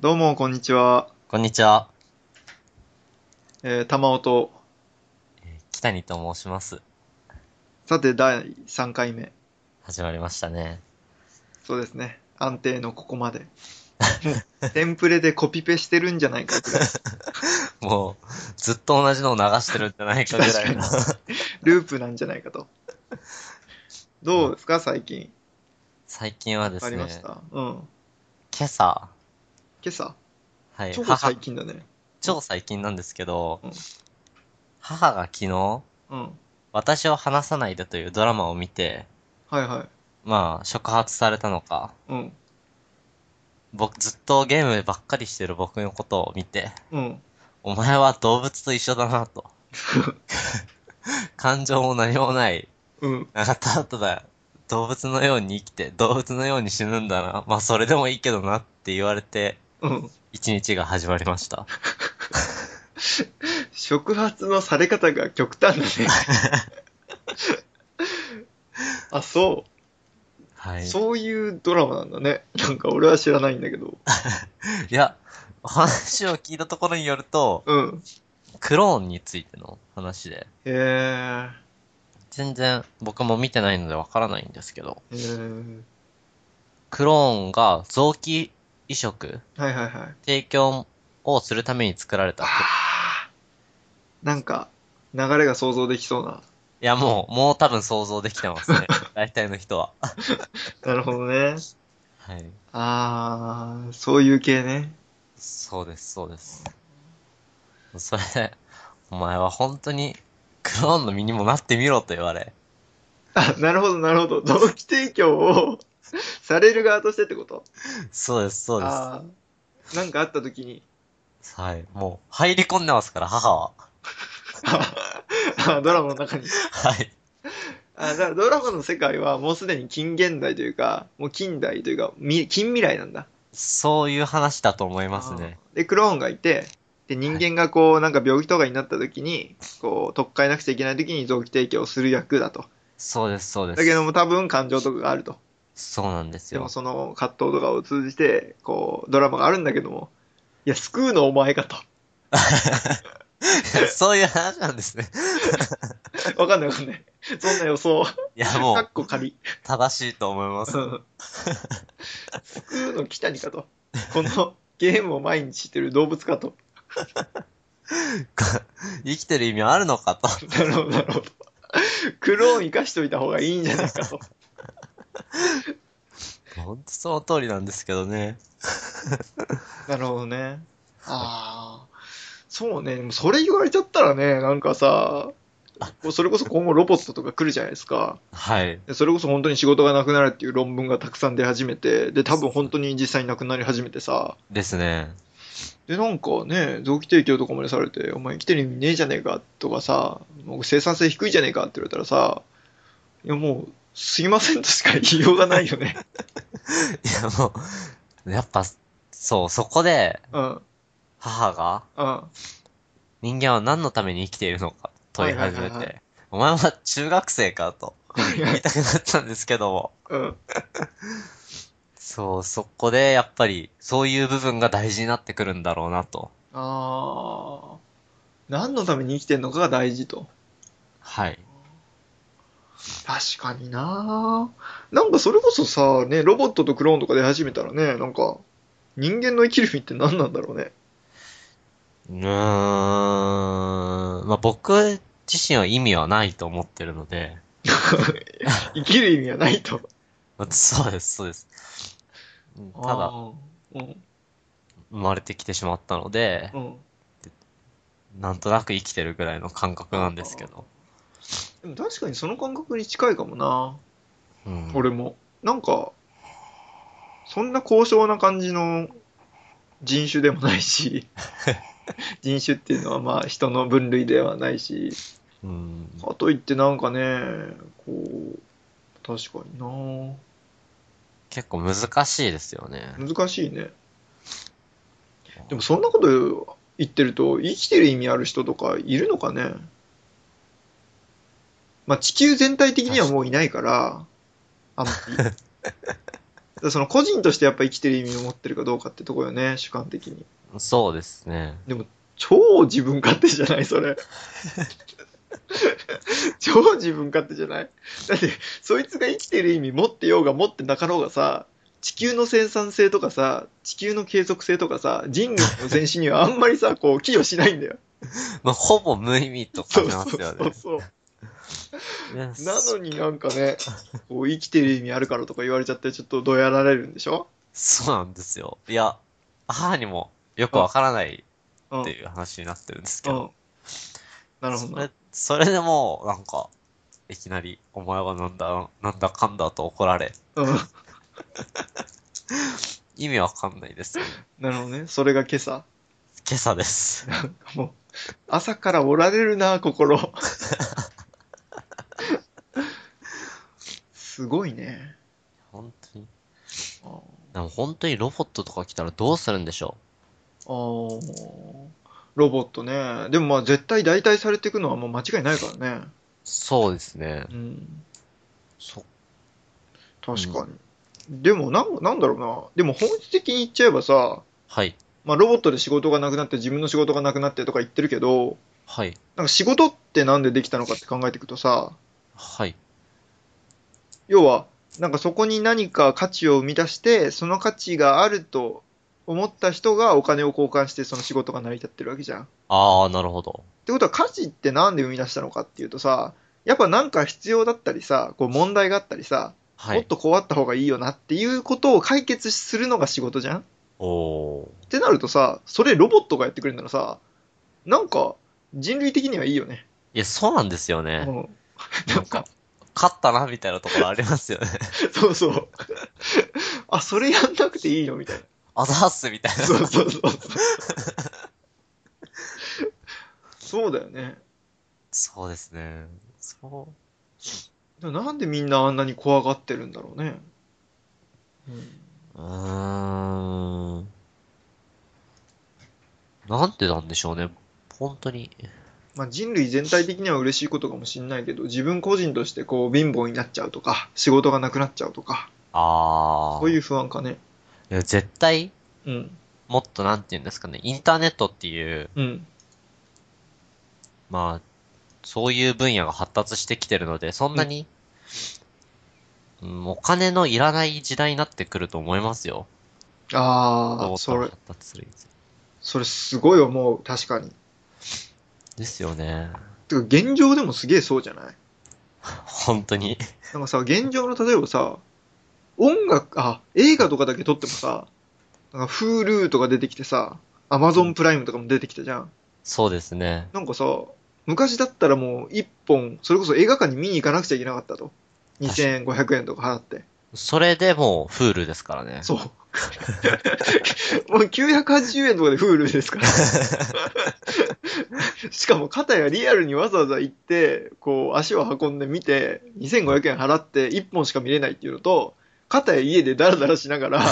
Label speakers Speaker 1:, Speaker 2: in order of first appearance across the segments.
Speaker 1: どうも、こんにちは。
Speaker 2: こんにちは、
Speaker 1: えー、玉尾と、
Speaker 2: えー北にと申します。
Speaker 1: さて、第3回目。
Speaker 2: 始まりましたね。
Speaker 1: そうですね。安定のここまで。 もうテンプレでコピペしてるんじゃないかぐらい。
Speaker 2: もう、ずっと同じのを流してるんじゃないかぐらいの。
Speaker 1: ループなんじゃないかと。どうですか、最近。
Speaker 2: 最近はで
Speaker 1: あ
Speaker 2: す
Speaker 1: り
Speaker 2: ね、
Speaker 1: まし
Speaker 2: 今
Speaker 1: た。うん。
Speaker 2: 朝、
Speaker 1: 今朝、
Speaker 2: はい、
Speaker 1: 超
Speaker 2: 母
Speaker 1: 最近だね。
Speaker 2: 超最近なんですけど、
Speaker 1: うん
Speaker 2: 母が昨日、
Speaker 1: うん。
Speaker 2: 私を離さないでというドラマを見て、
Speaker 1: はいは
Speaker 2: まあ、触発されたのか、
Speaker 1: い。うん。
Speaker 2: 僕、ずっとゲームばっかりしてる僕のことを見て、
Speaker 1: うん。
Speaker 2: お前は動物と一緒だ なと。感情も何もない
Speaker 1: うん。
Speaker 2: あなたただ動物のように生きて動物のように死ぬんだなまあそれでもいいけどなって言われて
Speaker 1: うん。
Speaker 2: 一日が始まりました
Speaker 1: 触発のされ方が極端だ ね。あ、そう。
Speaker 2: はいい
Speaker 1: そういうドラマなんだね。なんか俺は知らないんだけど。
Speaker 2: やお話を聞いたところによると
Speaker 1: うん。
Speaker 2: クローンについての話で
Speaker 1: へえ。
Speaker 2: 全然僕も見てないのでわからないんですけど
Speaker 1: へー
Speaker 2: クローンが臓器移植
Speaker 1: はいはいはい。
Speaker 2: 提供をするために作られた
Speaker 1: あーなんか、流れが想像できそうな。
Speaker 2: いやもうもう多分想像できてます ね大体の人は
Speaker 1: なるほどね。
Speaker 2: はい
Speaker 1: あー、そういう系ね。
Speaker 2: そうです、そうです。それで、お前は本当にクローンの身にもなってみろと言われ。
Speaker 1: あ、なるほどなるほど。動機提供を される側としてってこと
Speaker 2: そうです、そうで
Speaker 1: あーなんかあった時に。
Speaker 2: す。はい。もう入り込んでますから、母は。
Speaker 1: あドラマの中に。
Speaker 2: はい。
Speaker 1: あだからドラマの世界はもうすでに近現代というか、もう近代というか、み近未来なんだ。
Speaker 2: そういう話だと思いますね。
Speaker 1: あーでクローンがいてで人間がこうなんか病気とかになった時にこう取っ換えなくちゃいけない時に臓器提供をする役だと
Speaker 2: そうです、そうです。
Speaker 1: だけども多分感情とかがあると
Speaker 2: そうなんです
Speaker 1: で
Speaker 2: よ
Speaker 1: も。その葛藤とかを通じてこうドラマがあるんだけどもいや救うのお前かと
Speaker 2: そういう話なんですね。
Speaker 1: わかんないわかんないそんな予想
Speaker 2: いや、も
Speaker 1: か
Speaker 2: う
Speaker 1: っこ仮
Speaker 2: 正しいと思います。
Speaker 1: うん救うの北にかとこのゲームを毎日してる動物かと
Speaker 2: 生きてる意味あるのかと。
Speaker 1: なるほどなるほどクローン生かしといた方がいいんじゃないかと
Speaker 2: 本当その通りなんですけどね。
Speaker 1: なるほどね。ああ。そうね。でもそれ言われちゃったらね、なんかさ、こうそれこそ今後ロボットとか来るじゃないですか。
Speaker 2: はい。
Speaker 1: でそれこそ本当に仕事がなくなるっていう論文がたくさん出始めて、で、多分本当に実際になくなり始めてさ、
Speaker 2: ですね。
Speaker 1: で、なんかね、臓器提供とかまでされて、お前生きてる意味ねえじゃねえかとかさ、もう生産性低いじゃねえかって言われたらさ、いやもう、すいませんとしか言いようがないよね。
Speaker 2: いや、もう、やっぱ、そう、そこで、
Speaker 1: うん、うん。
Speaker 2: 母が、
Speaker 1: あ
Speaker 2: 人間は何のために生きているのか、問い始め
Speaker 1: はいはいはいは
Speaker 2: て、お前は中学生かと言いたくなったんですけども。
Speaker 1: うん。
Speaker 2: そう、そこで、やっぱり、そういう部分が大事になってくるんだろうなと。
Speaker 1: ああ。何のために生きてんのかが大事と。
Speaker 2: はい。
Speaker 1: 確かにななんかそれこそさ、ね、ロボットとクローンとか出始めたらね、なんか、人間の生きる意味って何なんだろうね。
Speaker 2: うーん、まあ、僕自身は意味はないと思ってるので、
Speaker 1: 生きる意味がないと。
Speaker 2: まあそうです、そうです。うんただ、
Speaker 1: あー。うん。
Speaker 2: 生まれてきてしまったので、
Speaker 1: うん。
Speaker 2: なんとなく生きてるぐらいの感覚なんですけど。
Speaker 1: でも確かにその感覚に近いかもな
Speaker 2: うん
Speaker 1: 俺も。なんか、そんな高尚な感じの人種でもない し、人種っていうのはまあ人の分類ではないし、
Speaker 2: うん
Speaker 1: かといってなんかね、こう、確かにな
Speaker 2: 結構難しいですよね。
Speaker 1: 難しいねでもそんなこと言ってると生きてる意味ある人とかいるのかねまあ地球全体的にはもういないからあんまりらその個人としてやっぱ生きてる意味を持ってるかどうかってとこよね、主観的に。
Speaker 2: そうで すね。
Speaker 1: 超自分勝手じゃないそれ。 超自分勝手じゃないだって、そいつが生きてる意味持ってようが持ってなかろうがさ、地球の生産性とかさ、地球の継続性とかさ、人類の前進にはあんまり さ、こう、寄与しないんだよ。
Speaker 2: まあ、ほぼ無意味と
Speaker 1: そ
Speaker 2: 感
Speaker 1: う
Speaker 2: じま
Speaker 1: そ
Speaker 2: すよ
Speaker 1: うそ
Speaker 2: ね
Speaker 1: う。そう。
Speaker 2: いや
Speaker 1: なのになんかね、こう生きてる意味あるからとか言われちゃって、ちょっとどうやられるんでしょ
Speaker 2: そうなんですよ。いや、母にもよくわからない
Speaker 1: うん。
Speaker 2: っていう話になってるんですけ
Speaker 1: う
Speaker 2: ど、
Speaker 1: ん。なるほど
Speaker 2: そ
Speaker 1: な
Speaker 2: れ。それでもう、なんか、いきなり、お前はなんだ、なんだかんだと怒られ、
Speaker 1: うん。
Speaker 2: 意味わかんないです。
Speaker 1: なるほどね。それが今朝。
Speaker 2: 今 朝です。
Speaker 1: もう、朝からおられるな、心。すごいね。
Speaker 2: 本当に。
Speaker 1: あー
Speaker 2: でも本当にロボットとか来たらどうするんでしょ
Speaker 1: あー、ロボットね。でもまあ絶対代替されていくのはもう間違いないからね。
Speaker 2: うそうですね。
Speaker 1: うん、
Speaker 2: そ、
Speaker 1: 確かに。でもなん、なんだろうな。でも本質的に言っちゃえばさ、
Speaker 2: はい。
Speaker 1: まあロボットで仕事がなくなって自分の仕事がなくなってとか言ってるけど、
Speaker 2: はい。
Speaker 1: なんか仕事ってなんでできたのかって考えていくとさ、
Speaker 2: はい。
Speaker 1: 要は、なんかそこに何か価値を生み出して、その価値があると思った人がお金を交換してその仕事が成り立ってるわけじゃん。っ
Speaker 2: ああ、なるほど。
Speaker 1: てことは価値ってなんで生み出したのかっていうとさ、やっぱなんか必要だったりさ、こう問題があったりさ、
Speaker 2: は
Speaker 1: もっ
Speaker 2: い。
Speaker 1: とこうあった方がいいよなっていうことを解決するのが仕事じゃんっ
Speaker 2: おー。
Speaker 1: てなるとさ、それロボットがやってくれるならさ、なんか人類的にはいいよね。
Speaker 2: いや、そうなんですよ
Speaker 1: う
Speaker 2: ね。
Speaker 1: ん。な
Speaker 2: なんん
Speaker 1: か
Speaker 2: か、勝ったな、みたいなところありますよね。
Speaker 1: そうそう。あ、それやんなくていいのみたいな。
Speaker 2: アザースみたいな。
Speaker 1: そうそうそうそう。そうだよね。
Speaker 2: そうですね。そう。
Speaker 1: でもなんでみんなあんなに怖がってるんだろうね。
Speaker 2: うーん。なんでなんでしょうね。本当に。
Speaker 1: まあ、人類全体的には嬉しいことかもしれないけど、自分個人としてこう貧乏になっちゃうとか、仕事がなくなっちゃうとか、
Speaker 2: ああ。
Speaker 1: そういう不安かね。
Speaker 2: いや絶対、
Speaker 1: うん。
Speaker 2: もっとなんて言うんですかね。インターネットっていう、
Speaker 1: うん。
Speaker 2: まあ、そういう分野が発達してきてるので、そんなに、うん、お金のいらない時代になってくると思いますよ。ロ
Speaker 1: あ
Speaker 2: ボ
Speaker 1: あ、
Speaker 2: ット
Speaker 1: そ
Speaker 2: が
Speaker 1: れ、
Speaker 2: 発達するにつれ
Speaker 1: それすごい思う。確かに。
Speaker 2: ですよね。
Speaker 1: てか現状でもすげえそうじゃない
Speaker 2: 本当に。
Speaker 1: なんかさ、現状の例えばさ、音楽、あ、映画とかだけ撮ってもさ、なんか Hulu とか出てきてさ、Amazon プライムとかも出てきたじゃん。
Speaker 2: そうですね。
Speaker 1: なんかさ、昔だったらもう一本、それこそ映画館に見に行かなくちゃいけなかったと。2500円とか払って。
Speaker 2: それでもう、フールですからね。
Speaker 1: そう。 もう980円とかで Hulu ですから。しかも片やリアルにわざわざ行って、こう足を運んで見て、2500円払って1本しか見れないっていうのと、片や家でダラダラしながら、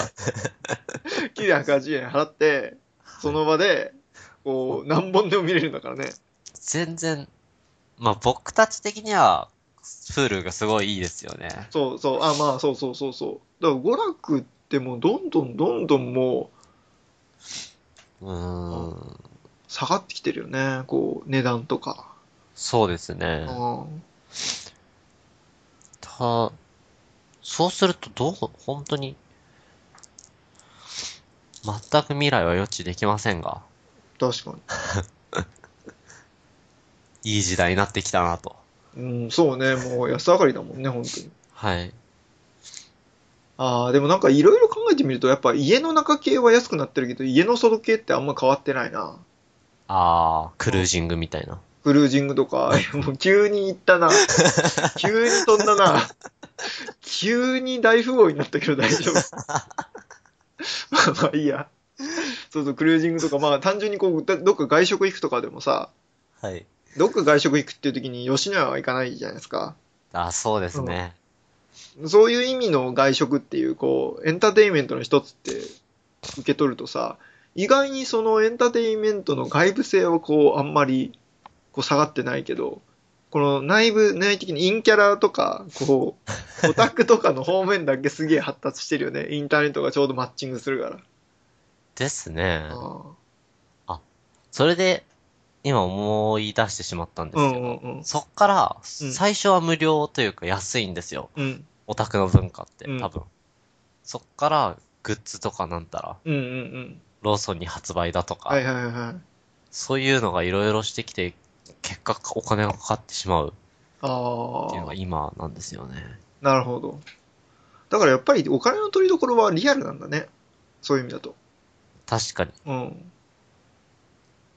Speaker 1: 980円払って、その場で、こう何本でも見れるんだからね。
Speaker 2: 全然、まあ僕たち的には、フールがすごいいいですよね。
Speaker 1: そうそう、あ、まあそうそうそうそう。だから娯楽ってもうどんどんどんどんもう
Speaker 2: うーん。
Speaker 1: 下がってきてるよね。こう値段とか。
Speaker 2: そうですね。
Speaker 1: うん
Speaker 2: た、そうするとどう、本当に、全く未来は予知できませんが、
Speaker 1: 確か
Speaker 2: いい時代になってきたなと。
Speaker 1: に。うん、そうね。もう安上がりだもんね、本当に。
Speaker 2: はい。
Speaker 1: ああ、でもなんかいろいろ考えてみると、やっぱ家の中系は安くなってるけど、家の外系ってあんま変わってないな。
Speaker 2: あー、クルージングみたいな。
Speaker 1: クルージングとか、もう急に行 ったな。急に飛んだな。急に大富豪になったけど大丈夫。まあまあいいや。そうそう、クルージングとか、まあ単純にこう、どどっか外食行くとかでもさ、
Speaker 2: はい。
Speaker 1: どっか外食行くっていう時に吉野家は行かないじゃないですか。
Speaker 2: あー、そうですね。
Speaker 1: そういう意味の外食っていう、こう、エンターテインメントの一つって受け取るとさ、意外にそのエンターテインメントの外部性はこう、あんまりこう下がってないけど、この内部、内的に陰キャラとか、こ う、オタクとかの方面だけすげえ発達してるよね。インターネットがちょうどマッチングするから。
Speaker 2: ですね。
Speaker 1: あ
Speaker 2: それで、今思い出してしまったんで
Speaker 1: あう
Speaker 2: す
Speaker 1: ん
Speaker 2: け
Speaker 1: う
Speaker 2: ど、
Speaker 1: んうん。
Speaker 2: そっから、
Speaker 1: うん
Speaker 2: 最初は無料というか安いんですよ。
Speaker 1: うん
Speaker 2: オタクの文化って、
Speaker 1: うん
Speaker 2: 多分。そっから、グッズとかなんたら、
Speaker 1: うんうんうん。
Speaker 2: ローソンに発売だとか、
Speaker 1: はいはいはいはい。
Speaker 2: そういうのがいろいろしてきて、結果お金がかかってしまう
Speaker 1: あ
Speaker 2: っていう
Speaker 1: あ
Speaker 2: のが、今なんですよね。
Speaker 1: なるほど。だからやっぱりお金の取りどころはリアルなんだね。そういう意味だと。
Speaker 2: 確かに。
Speaker 1: うん。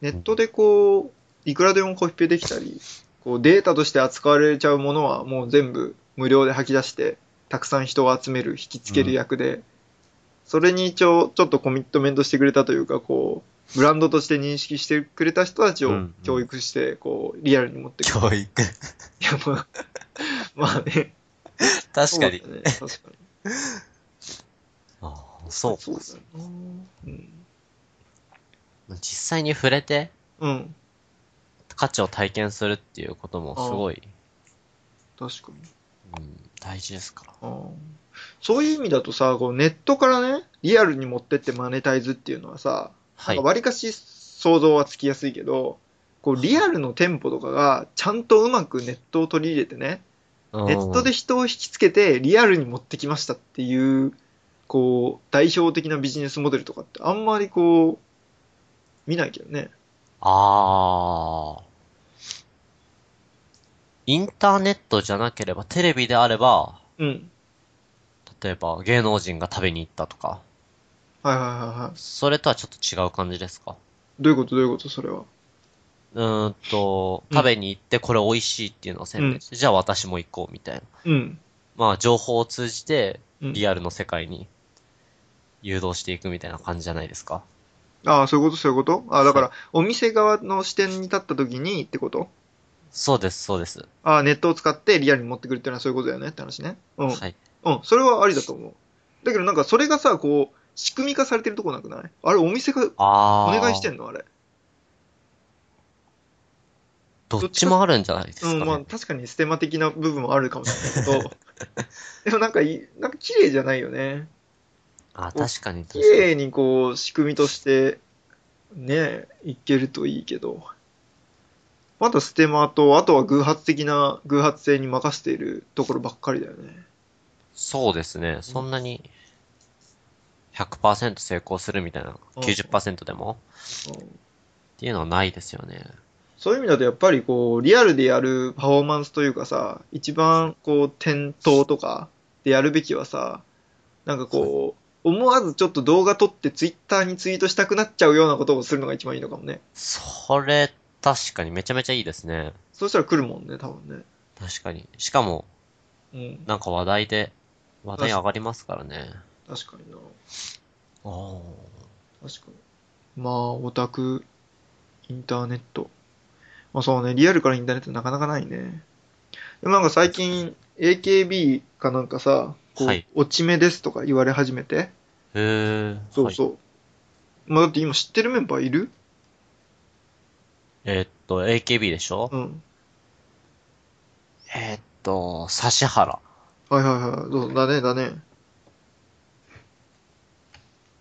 Speaker 1: ネットでこう、いくらでもコピペできたり、こうデータとして扱われちゃうものはもう全部無料で吐き出して、たくさん人を集める、引きつける役で、それに一応ちょっとコミットメントしてくれたというか、こう、ブランドとして認識してくれた人たち
Speaker 2: う
Speaker 1: を
Speaker 2: ん
Speaker 1: 教育して、こう、リアルに持っていく。
Speaker 2: 教育。
Speaker 1: いや、まあ、まあね。
Speaker 2: 確かに
Speaker 1: そ。うだね確かに。
Speaker 2: ああそう
Speaker 1: そうだよなうん。
Speaker 2: 実際に触れて
Speaker 1: うん。
Speaker 2: 価値を体験するっていうこともすごい、
Speaker 1: 確かに。
Speaker 2: うん、大事ですから。
Speaker 1: うんそういう意味だとさ、こうネットからね、リアルに持ってってマネタイズっていうのはさ、
Speaker 2: は
Speaker 1: ないんか。割かし想像はつきやすいけど、こうリアルの店舗とかがちゃんとうまくネットを取り入れてね、
Speaker 2: ネ
Speaker 1: ネットで人を引きつけてリアルに持ってきましたっていう、こう代表的なビジネスモデルとかってあんまりこう、見ないけどね。
Speaker 2: ああ。インターネットじゃなければ、テレビであれば、
Speaker 1: うん。
Speaker 2: 例えば芸能人が食べに行ったとか、
Speaker 1: はいはいはいはい。
Speaker 2: それとはちょっと違う感じですか
Speaker 1: どういうことどういうことそれは。
Speaker 2: うーんと、
Speaker 1: うん
Speaker 2: 食べに行ってこれ美味しいっていうのを宣伝して、じゃあ私も行こうみたいな。
Speaker 1: うん。
Speaker 2: まあ情報を通じて、
Speaker 1: うん
Speaker 2: リアルの世界に誘導していくみたいな感じじゃないですか。
Speaker 1: ああ、そういうことそういうことああ、だからお店側の視点に立った時にってこと
Speaker 2: そうです、そうです。
Speaker 1: ああ、ネットを使ってリアルに持ってくるっていうのはそういうことだよねって話ね。うん。
Speaker 2: はい。
Speaker 1: うん、それはありだと思う。だけどなんかそれがさ、こう、仕組み化されてるとこなくないあれ、お店がお
Speaker 2: ああ。
Speaker 1: 願いしてんのあれ。
Speaker 2: どっちもあるんじゃないですか、
Speaker 1: う
Speaker 2: ね。
Speaker 1: ん、まあ確かにステマ的な部分もあるかもしれない けど、でもなんかい、なんか綺麗じゃないよね。
Speaker 2: あ、確かに確か
Speaker 1: 綺
Speaker 2: に。
Speaker 1: 麗にこう、仕組みとして、ね、いけるといいけど。まだステマと、あとは偶発的な、偶発性に任せているところばっかりだよね。
Speaker 2: そうですね。そんなに100%成功するみたいな、
Speaker 1: うん
Speaker 2: 90%でも
Speaker 1: うん
Speaker 2: っていうのはないですよね。
Speaker 1: そういう意味だとやっぱりこうリアルでやるパフォーマンスというかさ一番こう点灯とかでやるべきはさなんかこう思わずちょっと動画撮ってツイッターにツイートしたくなっちゃうようなことをするのが一番いいのかもね
Speaker 2: それ、確かにめちゃめちゃいいですね。
Speaker 1: そうしたら来るもんね多分ね
Speaker 2: 確かに。しかも、
Speaker 1: うん
Speaker 2: なんか話題で、話題上がりますからね。
Speaker 1: 確かにな
Speaker 2: おー
Speaker 1: 確かにまあオタクインターネットまあそうねリアルからインターネットなかなかないねでもなんか最近 AKB かなんかさこう、
Speaker 2: はい
Speaker 1: 落ち目ですとか言われ始めて
Speaker 2: へー。
Speaker 1: そう
Speaker 2: はい
Speaker 1: そう。まあ、だって今知ってるメンバーいる
Speaker 2: えーっと、AKB でしょ、
Speaker 1: うん。
Speaker 2: えーっと、指原、
Speaker 1: はいはいはい。そうだね、だね。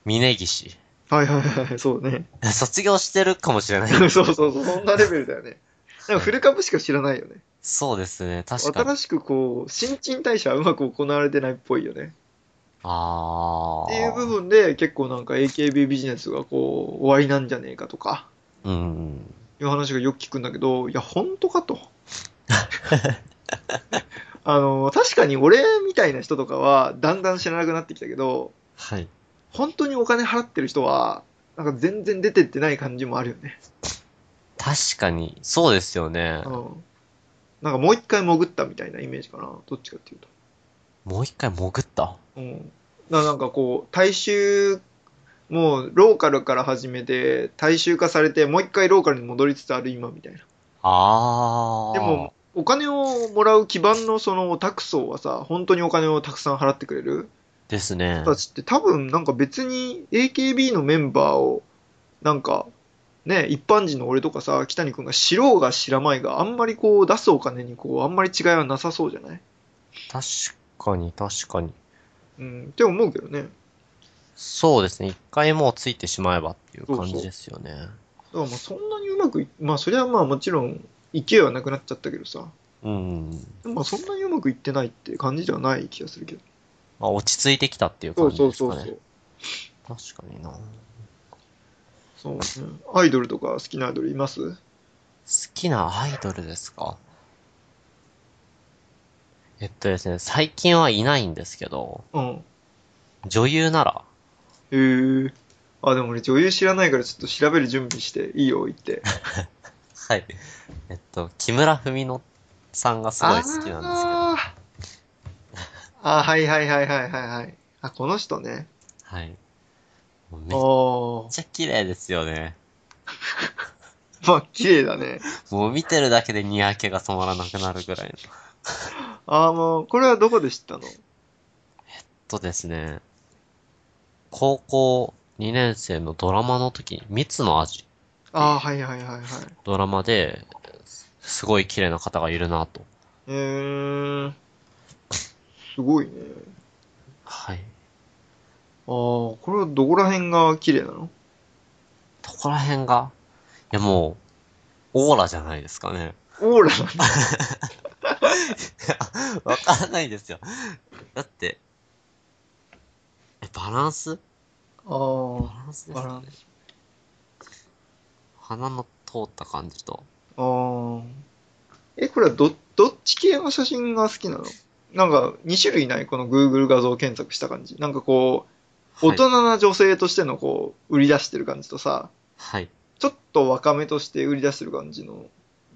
Speaker 2: 峯岸。
Speaker 1: はいはいはい、そうね。
Speaker 2: 卒業してるかもしれない。
Speaker 1: そうそうそう、そんなレベルだよね。なんか古株しか知らないよね。
Speaker 2: そうですね、確かに。
Speaker 1: 新しくこう、新陳代謝はうまく行われてないっぽいよね。
Speaker 2: ああ。
Speaker 1: っていう部分で結構なんか AKB ビジネスがこう、終わりなんじゃねえかとか、
Speaker 2: うん。
Speaker 1: いう話がよく聞くんだけど、いや、本当かと。あの、確かに俺みたいな人とかは、だんだん知らなくなってきたけど、
Speaker 2: はい。
Speaker 1: 本当にお金払ってる人は、なんか全然出てってない感じもあるよね。
Speaker 2: 確かに、そうですよね
Speaker 1: う。ん。なんかもう一回潜ったみたいなイメージかな。どっちかっていうと。
Speaker 2: もう一回潜った。
Speaker 1: うん。だからなんかこう、大衆、もうローカルから始めて、大衆化されて、もう一回ローカルに戻りつつある今みたいな。
Speaker 2: ああ。
Speaker 1: でも、、お金をもらう基盤のそのオタク層はさ、本当にお金をたくさん払ってくれる
Speaker 2: ですね
Speaker 1: 人。たちって多分なんか別に AKB のメンバーをなんかね、一般人の俺とかさ、北に君が知ろうが知らないが、あんまりこう出すお金にこう、あんまり違いはなさそうじゃない
Speaker 2: 確かに、確かに。
Speaker 1: うん、って思うけどね。
Speaker 2: そうですね。一回もうついてしまえばっていう感じですよね。
Speaker 1: だからまあそんなにうまくい、まあそれはまあもちろん、勢いはなくなっちゃったけどさ、
Speaker 2: うん。
Speaker 1: でもまあそんなにうまくいってないって感じではない気がするけど。
Speaker 2: まあ、落ち着いてきたっていう
Speaker 1: そ
Speaker 2: 感
Speaker 1: う
Speaker 2: じ
Speaker 1: そ
Speaker 2: で
Speaker 1: う
Speaker 2: すか
Speaker 1: そ
Speaker 2: ね。
Speaker 1: うそう。
Speaker 2: 確かにな。好
Speaker 1: そうね。アイドルとか好きなアイドルいます
Speaker 2: きなアイドルですかえっとですね、最近はいないんですけど、
Speaker 1: うん。
Speaker 2: 女優なら、
Speaker 1: へーあ、でも俺女優知らないからちょっと調べる準備して、いいよ、言って。
Speaker 2: はい。えっと、木村文乃さん がすごい好きなんですけど、
Speaker 1: あーあー、はいはいはいはいはいはい。あ、この人ね。
Speaker 2: はい。もうめ
Speaker 1: あ
Speaker 2: っ
Speaker 1: あ。
Speaker 2: ちゃ綺麗ですよね。
Speaker 1: まあ、綺麗だね。
Speaker 2: もう見てるだけでにやけが止まらなくなるぐらいの。
Speaker 1: ああ、もう、これはどこで知ったの
Speaker 2: とですね、高校2年生のドラマの時に、蜜の味、
Speaker 1: ああ、はいはいはいはい。
Speaker 2: ドラマで、すごい綺麗な方がいるなと。
Speaker 1: えー、すごいね。
Speaker 2: はい。
Speaker 1: ああ、これはどこら辺が綺麗なの
Speaker 2: どこら辺が、いやもう、オーラじゃないですかね。
Speaker 1: オーラなんだ。
Speaker 2: わからないですよ。だって、えバランスバ
Speaker 1: あ
Speaker 2: ランスです
Speaker 1: バ
Speaker 2: か
Speaker 1: ラ
Speaker 2: ね
Speaker 1: ン。
Speaker 2: 鼻の通った感じと。
Speaker 1: あ、ああ。え、これはど、どっち系の写真が好きなのなんか、2種類ないこの Google 画像検索した感じ。なんかこう、
Speaker 2: は
Speaker 1: 大
Speaker 2: い。
Speaker 1: 人な女性としてのこう、売り出してる感じとさ、
Speaker 2: はい。
Speaker 1: ちょっと若めとして売り出してる感じの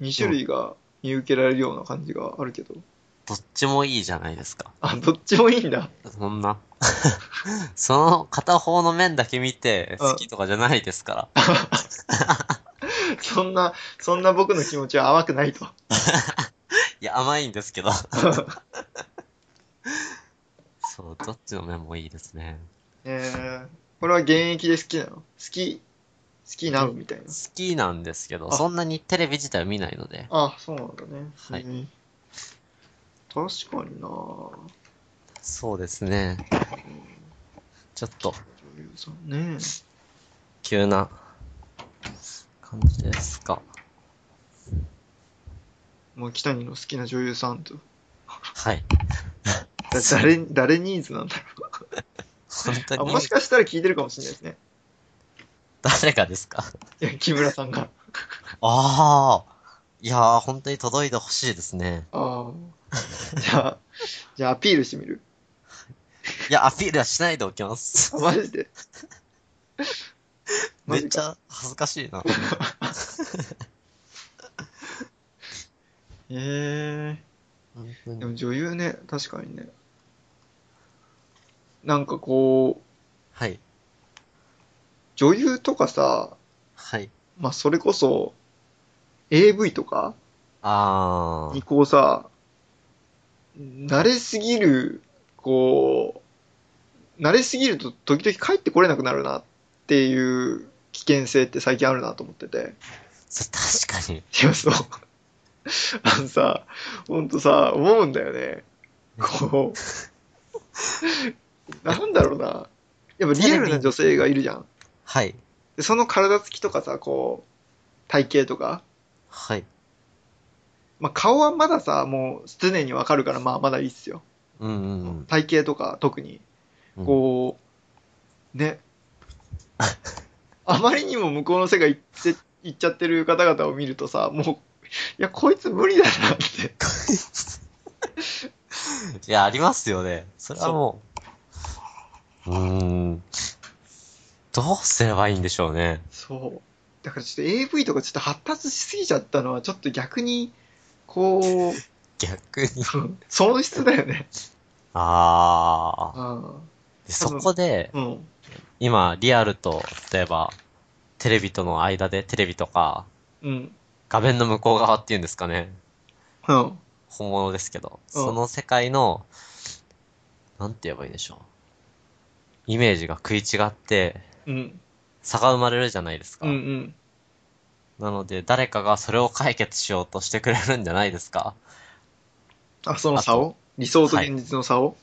Speaker 1: 2種類が見受けられるような感じがあるけど。
Speaker 2: どっちもいいじゃないですか。
Speaker 1: あ、どっちもいいんだ。
Speaker 2: そんな。 その片方の面だけ見て
Speaker 1: うん
Speaker 2: 好きとかじゃないですから。
Speaker 1: そんな、そんな僕の気持ちは甘くないと。
Speaker 2: いや、甘いんです けど。そう、どっちの面もいいですね。
Speaker 1: えー、これは現役で好きなの好き、好きなのみたいな
Speaker 2: 好。きなんですけど、
Speaker 1: あ
Speaker 2: そんなにテレビ自体を見ないので。
Speaker 1: あ、そうなんだね。
Speaker 2: はい
Speaker 1: うん確かにな
Speaker 2: そうですね。ちょっと、
Speaker 1: 女優さんね。
Speaker 2: 急な感じですか。
Speaker 1: まあ、北にの好きな女優さんと。
Speaker 2: はい。
Speaker 1: だ誰、誰ニーズなんだ
Speaker 2: 本当
Speaker 1: ろう。あ、
Speaker 2: に
Speaker 1: もしかしたら聞いてるかもしれないですね。
Speaker 2: 誰がですか
Speaker 1: いや、木村さん が。
Speaker 2: ああ。いやー、本当に届いてほしいですね。
Speaker 1: ああ。じゃあ、じゃあアピールしてみる。
Speaker 2: いや、アピールはしないでおきま す。
Speaker 1: あ、マジで。マ
Speaker 2: めっ
Speaker 1: ジ
Speaker 2: ち
Speaker 1: か。
Speaker 2: ゃ恥ずかしいな。
Speaker 1: へえ
Speaker 2: 本当
Speaker 1: で
Speaker 2: に
Speaker 1: も女優ね、確かにね。なんかこう、
Speaker 2: はい。
Speaker 1: 女優とかさ、
Speaker 2: はい。
Speaker 1: まあそれこそ、AV とか
Speaker 2: あ
Speaker 1: にこうさ、慣れすぎる、こう、慣れすぎると時々帰ってこれなくなるなっていう危険性って最近あるなと思ってて。
Speaker 2: ー、確かに。
Speaker 1: いや、そう。 あのさ、ほんとさ、思うんだよね。こう、なんだろうな。やっぱリアルな女性がいるじゃん。
Speaker 2: はい。
Speaker 1: でその体つきとかさ、こう、体型とか。
Speaker 2: はい。
Speaker 1: まあ、顔はまださ、もう常にわかるから、まあまだいいっすよ。
Speaker 2: うんうん
Speaker 1: 体型とか特に。
Speaker 2: うん。
Speaker 1: こう、 ね。あまりにも向こうの世界行って行っちゃってる方々を見るとさ、もう、いや、こいつ無理だなって。
Speaker 2: いや、ありますよね。それはもう。うーん。どうすればいいんでしょうね。
Speaker 1: そう。だからちょっと AV とかちょっと発達しすぎちゃったのはちょっと逆に、こう、
Speaker 2: 逆に。
Speaker 1: 損失だよね。
Speaker 2: ああ。
Speaker 1: あ
Speaker 2: でそこで、
Speaker 1: あ。うん。
Speaker 2: 今、リアルと、例えば、テレビとの間で、テレビとか、
Speaker 1: うん。
Speaker 2: 画面の向こう側っていうんですかね。
Speaker 1: うん。
Speaker 2: 本物ですけど、
Speaker 1: うん
Speaker 2: その世界の、なんて言えばいいんでしょう。イメージが食い違って、
Speaker 1: うん。
Speaker 2: 差が生まれるじゃないですか。
Speaker 1: うん。うん。
Speaker 2: なので、誰かがそれを解決しようとしてくれるんじゃないですか。
Speaker 1: あ、その差を理想と現実の差を、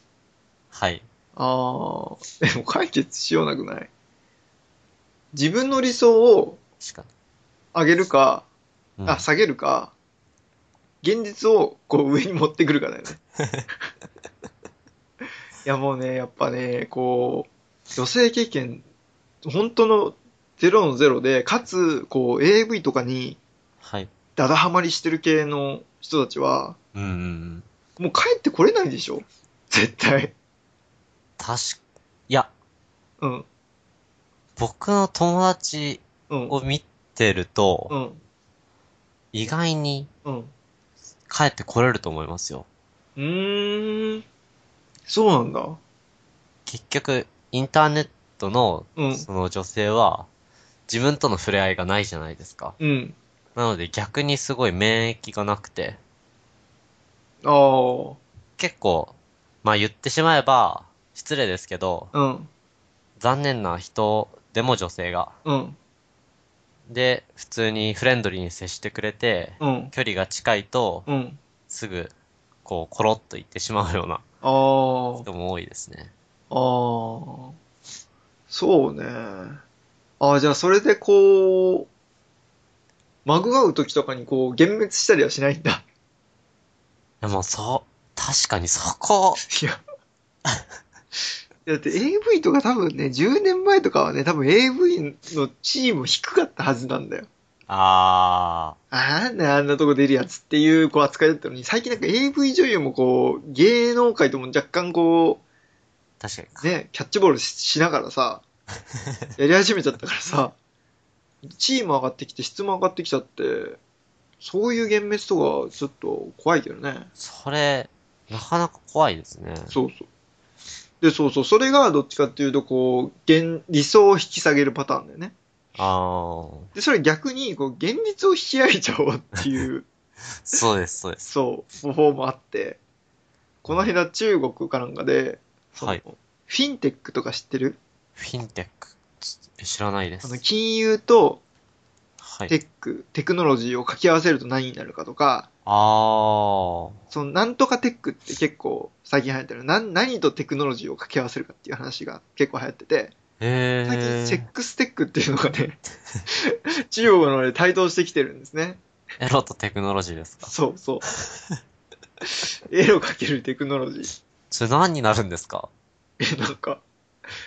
Speaker 2: はい。
Speaker 1: ああ、 でも解決しようなくない自分の理想を
Speaker 2: しか、
Speaker 1: 上げるか、
Speaker 2: うん
Speaker 1: あ、下げるか、現実をこう上に持ってくるかだよ ね。いやもうね、やっぱね、こう、女性経験、本当のゼロのゼロで、かつ、こう、AV とかに
Speaker 2: はい。
Speaker 1: ダダハマりしてる系の人たちは、
Speaker 2: うんうんうん。
Speaker 1: もう帰ってこれないでしょ絶対。
Speaker 2: 確か、いや、
Speaker 1: うん、
Speaker 2: 僕の友達
Speaker 1: うん、
Speaker 2: を見てると、
Speaker 1: うん、
Speaker 2: 意外に
Speaker 1: うん。
Speaker 2: 帰ってこれると思いますよ。
Speaker 1: うーん。そうなんだ。
Speaker 2: 結局、インターネットの、
Speaker 1: うん。
Speaker 2: その女性は、自分との触れ合いがないじゃないですか。
Speaker 1: うん。
Speaker 2: なので逆にすごい免疫がなくて、
Speaker 1: ああ。
Speaker 2: 結構、まあ言ってしまえば、失礼ですけど、
Speaker 1: うん。
Speaker 2: 残念な人でも女性が。
Speaker 1: うん。
Speaker 2: で、普通にフレンドリーに接してくれて、
Speaker 1: うん。
Speaker 2: 距離が近いと、
Speaker 1: うん。
Speaker 2: すぐ、こう、コロッといってしまうような
Speaker 1: ああ。
Speaker 2: 人も多いですね。
Speaker 1: ああ。そうね。ああ、じゃあそれでこう、まぐわう時とかにこう、幻滅したりはしないんだ。
Speaker 2: でもそう、確かにそこ、
Speaker 1: いや。だって AV とか多分ね、10年前とかはね、多分 AV の地位も低かったはずなんだよ。
Speaker 2: あ
Speaker 1: あんなあんなとこ出るやつっていうこう扱いだったのに、最近なんか AV 女優もこう、芸能界とも若干こ
Speaker 2: ー、確かに。
Speaker 1: う、ね、キャッチボールししながらさ、やり始めちゃったからさ、チーム上がってきて質も上がってきちゃって、そういう幻滅とかちょっと怖いけどね。
Speaker 2: それ、なかなか怖いですね。
Speaker 1: そうそう。で、そうそう、それがどっちかっていうと、こう、現、理想を引き下げるパターンだよね。
Speaker 2: ああ、
Speaker 1: で、それ逆に、こう、現実を引き上げちゃおうっていう。
Speaker 2: そうです、そうです。
Speaker 1: そう、方法もあって、この間中国かなんかで、その
Speaker 2: はい
Speaker 1: フィンテックとか知ってる
Speaker 2: フィンテック、つ知らないで
Speaker 1: あ
Speaker 2: す
Speaker 1: の。金融と
Speaker 2: はい。
Speaker 1: テック、テクノロジーを掛け合わせると何になるかとか、
Speaker 2: あ
Speaker 1: そのなんとかテックって結構最近流行ってる。なん何とテクノロジーを掛け合わせるかっていう話が結構流行ってて、
Speaker 2: あ、へ
Speaker 1: 最近セッ
Speaker 2: え。
Speaker 1: クステックっていうのがね、 中国の方で台頭してきてるんですね。
Speaker 2: エロとテクノロジーですか。
Speaker 1: そう そう。エロかけるテクノロジー。
Speaker 2: それ何になるんですか
Speaker 1: え、 なんか、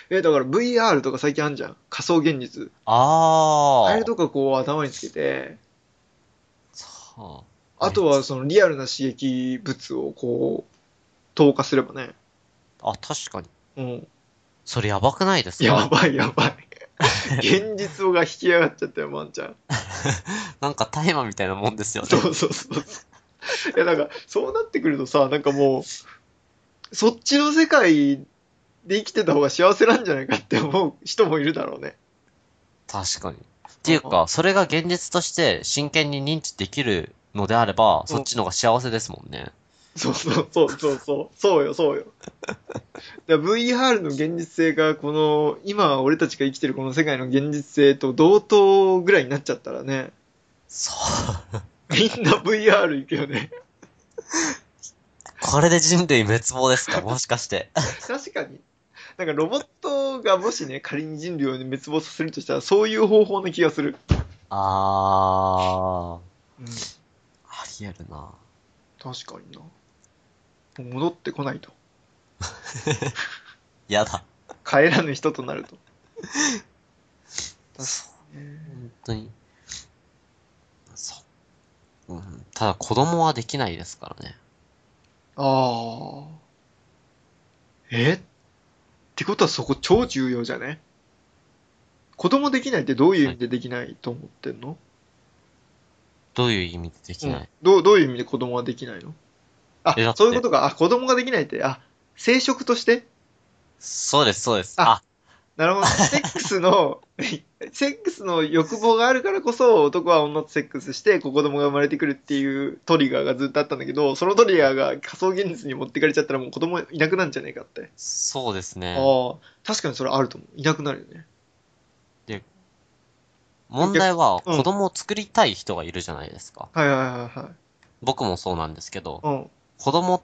Speaker 1: え、だから VR とか最近あんじゃん。仮想現実。
Speaker 2: ああ。
Speaker 1: あれとかこう頭につけて、
Speaker 2: さあ
Speaker 1: あとはそのリアルな刺激物をこう、投下すればね。
Speaker 2: あ、確かに。
Speaker 1: うん。
Speaker 2: それやばくないですか
Speaker 1: やばいやば い。現実をが引き上がっちゃったよ、ワンちゃん。
Speaker 2: なんか大麻みたいなもんですよね。
Speaker 1: そうそうそうそう。いや、なんか、そうなってくるとさ、なんかもう、そっちの世界で生きてた方が幸せなんじゃないかって思う人もいるだろうね。
Speaker 2: 確かに。っていうか、それが現実として真剣に認知できるのであれば、そっちの方が幸せですもんね。
Speaker 1: そうそうそうそうそう。そうよ、 そうよ。だから VR の現実性が、この、今俺たちが生きてるこの世界の現実性と同等ぐらいになっちゃったらね、
Speaker 2: そう。
Speaker 1: みんな VR 行くよ ね。
Speaker 2: これで人類滅亡ですかもしか して。
Speaker 1: 確かに。なんかロボットがもしね、仮に人類を滅亡させるとしたら、そういう方法な気がする。
Speaker 2: あー。
Speaker 1: うん、
Speaker 2: ありえるな。
Speaker 1: 確かにな。戻ってこないと。
Speaker 2: やだ。
Speaker 1: 帰らぬ人とな ると。
Speaker 2: 本当に。そう。うん、ただ子供はできないですからね。
Speaker 1: ああ。えってことはそこ超重要じゃね子供できないってどういう意味でできないと思ってんの、
Speaker 2: どういう意味でできない、
Speaker 1: うんどうどういう意味で子供はできないのあ
Speaker 2: えだっ、て
Speaker 1: そういうことか。あ、子供ができないって、あ、生殖として
Speaker 2: そうです、そうです。
Speaker 1: あ
Speaker 2: あ
Speaker 1: な るほど。セックスの、 セックスの欲望があるからこそ、男は女とセックスして、こう子供が生まれてくるっていうトリガーがずっとあったんだけど、そのトリガーが仮想現実に持ってかれちゃったらもう子供いなくなるんじゃねえかって。
Speaker 2: そうですね。
Speaker 1: ああ、確かにそれあると思う。いなくなるよね。
Speaker 2: 問題は
Speaker 1: うん
Speaker 2: 子供を作りたい人がいるじゃないですか。
Speaker 1: はいはいはいはい。
Speaker 2: 僕もそうなんですけど、
Speaker 1: うん。
Speaker 2: 子供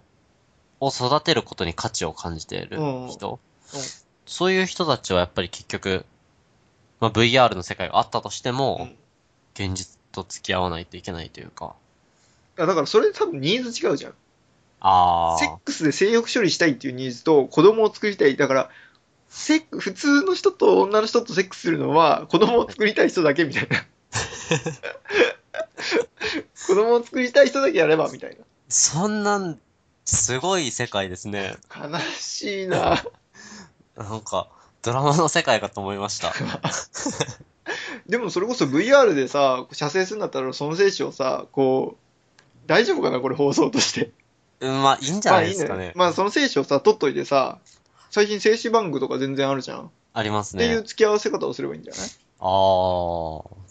Speaker 2: を育てることに価値を感じている人
Speaker 1: うんうん。
Speaker 2: そういう人たちはやっぱり結局、まあ、VR の世界があったとしても、現実と付き合わないといけないというか。
Speaker 1: いやだからそれ多分ニーズ違うじゃん。
Speaker 2: あ
Speaker 1: セッ
Speaker 2: あ。
Speaker 1: クスで性欲処理したいっていうニーズと子供を作りたい。だから、セック普通の人と女の人とセックスするのは子供を作りたい人だけみたい な。子供を作りたい人だけやればみたい
Speaker 2: そんなん、すごい世界ですね。
Speaker 1: な。悲しいな。
Speaker 2: なんか、ドラマの世界かと思い ました。
Speaker 1: でもそれこそ VR でさ、射精するんだったらその精子をさ、こう、大丈夫かなこれ放送として。
Speaker 2: うん、まあ、いいんじゃないですかね。
Speaker 1: まあいいんだよまあその精子をさ、取っといてさ、最近精子バンクとか全然あるじゃん。
Speaker 2: あります
Speaker 1: ってい
Speaker 2: ね。
Speaker 1: う付き合わせ方をすればいいんじゃない
Speaker 2: ああ、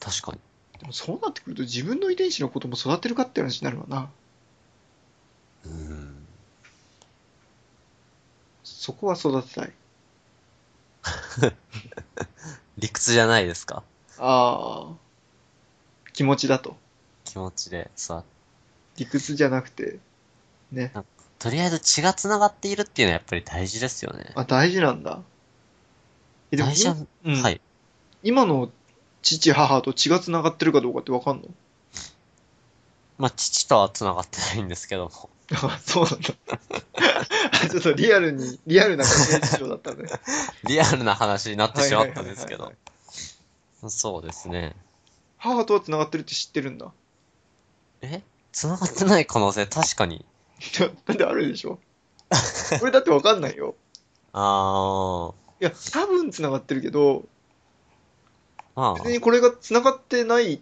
Speaker 2: 確かに。
Speaker 1: でもそうなってくると自分の遺伝子のことも育てるかって話になるわな。
Speaker 2: うん。
Speaker 1: そこは育てたい。
Speaker 2: 理屈じゃないですか。
Speaker 1: ああ。気持ちだと。
Speaker 2: 気持ちでさ。
Speaker 1: 理屈じゃなくて。ね。
Speaker 2: とりあえず血が繋がっているっていうのはやっぱり大事ですよね。
Speaker 1: あ、大事なんだ。え、でも
Speaker 2: 大事な、
Speaker 1: うん
Speaker 2: はい。
Speaker 1: 今の父、母と血が繋がってるかどうかってわかんの
Speaker 2: まあ、父とは繋がってないんですけども。
Speaker 1: あ、そうなんだ。 あちょっとリアルに、リアルな家庭事情だった ね。
Speaker 2: リアルな話になってしまったんですけ
Speaker 1: は
Speaker 2: ど
Speaker 1: いはいはいはい。
Speaker 2: そうですね。
Speaker 1: 母とは繋がってるって知ってるんだ。
Speaker 2: え繋がってない可能性確かに。
Speaker 1: だだってあるでしょこれだってわかんないよ。
Speaker 2: あー。
Speaker 1: いや、多分繋がってるけど、
Speaker 2: ま
Speaker 1: 別にこれが繋がってないっ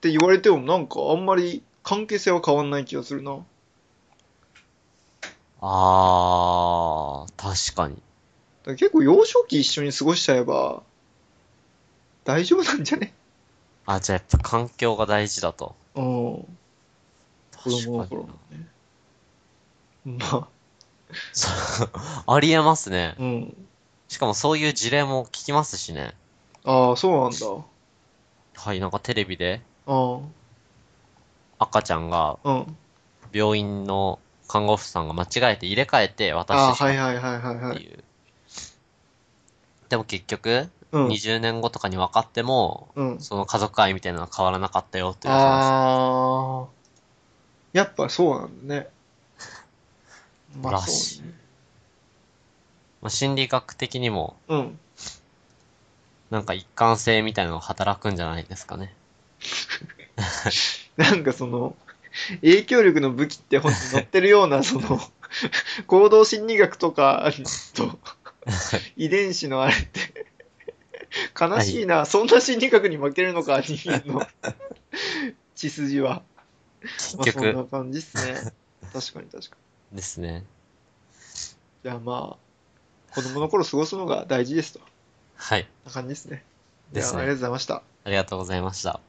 Speaker 1: て言われてもなんかあんまり関係性は変わんない気がするな。
Speaker 2: あ、あー、確かに。
Speaker 1: だから結構幼少期一緒に過ごしちゃえば大丈夫なんじゃね
Speaker 2: あ、じゃあやっぱ環境が大事だと。
Speaker 1: うん。子
Speaker 2: 確
Speaker 1: 供の
Speaker 2: か
Speaker 1: 頃
Speaker 2: に
Speaker 1: のね。まあ、
Speaker 2: そう ありえますね。
Speaker 1: うん。
Speaker 2: しかもそういう事例も聞きますしね。
Speaker 1: ああ、そうなんだ。
Speaker 2: はい、なんかテレビで
Speaker 1: あ
Speaker 2: 赤ちゃんが
Speaker 1: あ、うん。
Speaker 2: 病院の看護婦さんが間違えて入れ替えて
Speaker 1: あ
Speaker 2: 渡
Speaker 1: あ、
Speaker 2: して
Speaker 1: はい
Speaker 2: し
Speaker 1: はいはいはい
Speaker 2: ま
Speaker 1: は
Speaker 2: ったって
Speaker 1: い。
Speaker 2: いう。でも結局、
Speaker 1: うん。
Speaker 2: 20年後とかに分かっても、
Speaker 1: うん。
Speaker 2: その家族愛みたいなのは変わらなかったよっていう話。
Speaker 1: ああ、やっぱそうなん だね。まあ
Speaker 2: らし
Speaker 1: そ
Speaker 2: いう
Speaker 1: ね。
Speaker 2: まあ、心理学的にも、
Speaker 1: うん。
Speaker 2: なんか一貫性みたいなのが働くんじゃないですかね。
Speaker 1: なんかその、影響力の武器って本に載ってるよう な、その、行動心理学とか と、遺伝子のあれって、悲しいな、そんな心理学に負けるのか、人間 の血筋は。
Speaker 2: 結
Speaker 1: まあ、そん
Speaker 2: 局
Speaker 1: な感じっすね。確かに確かに。
Speaker 2: ですね。
Speaker 1: じゃあまあ、子供の頃過ごすのが大事ですと。
Speaker 2: はい。
Speaker 1: な感じですね。
Speaker 2: ですね
Speaker 1: じゃあありがとうございました。
Speaker 2: ありがとうございました。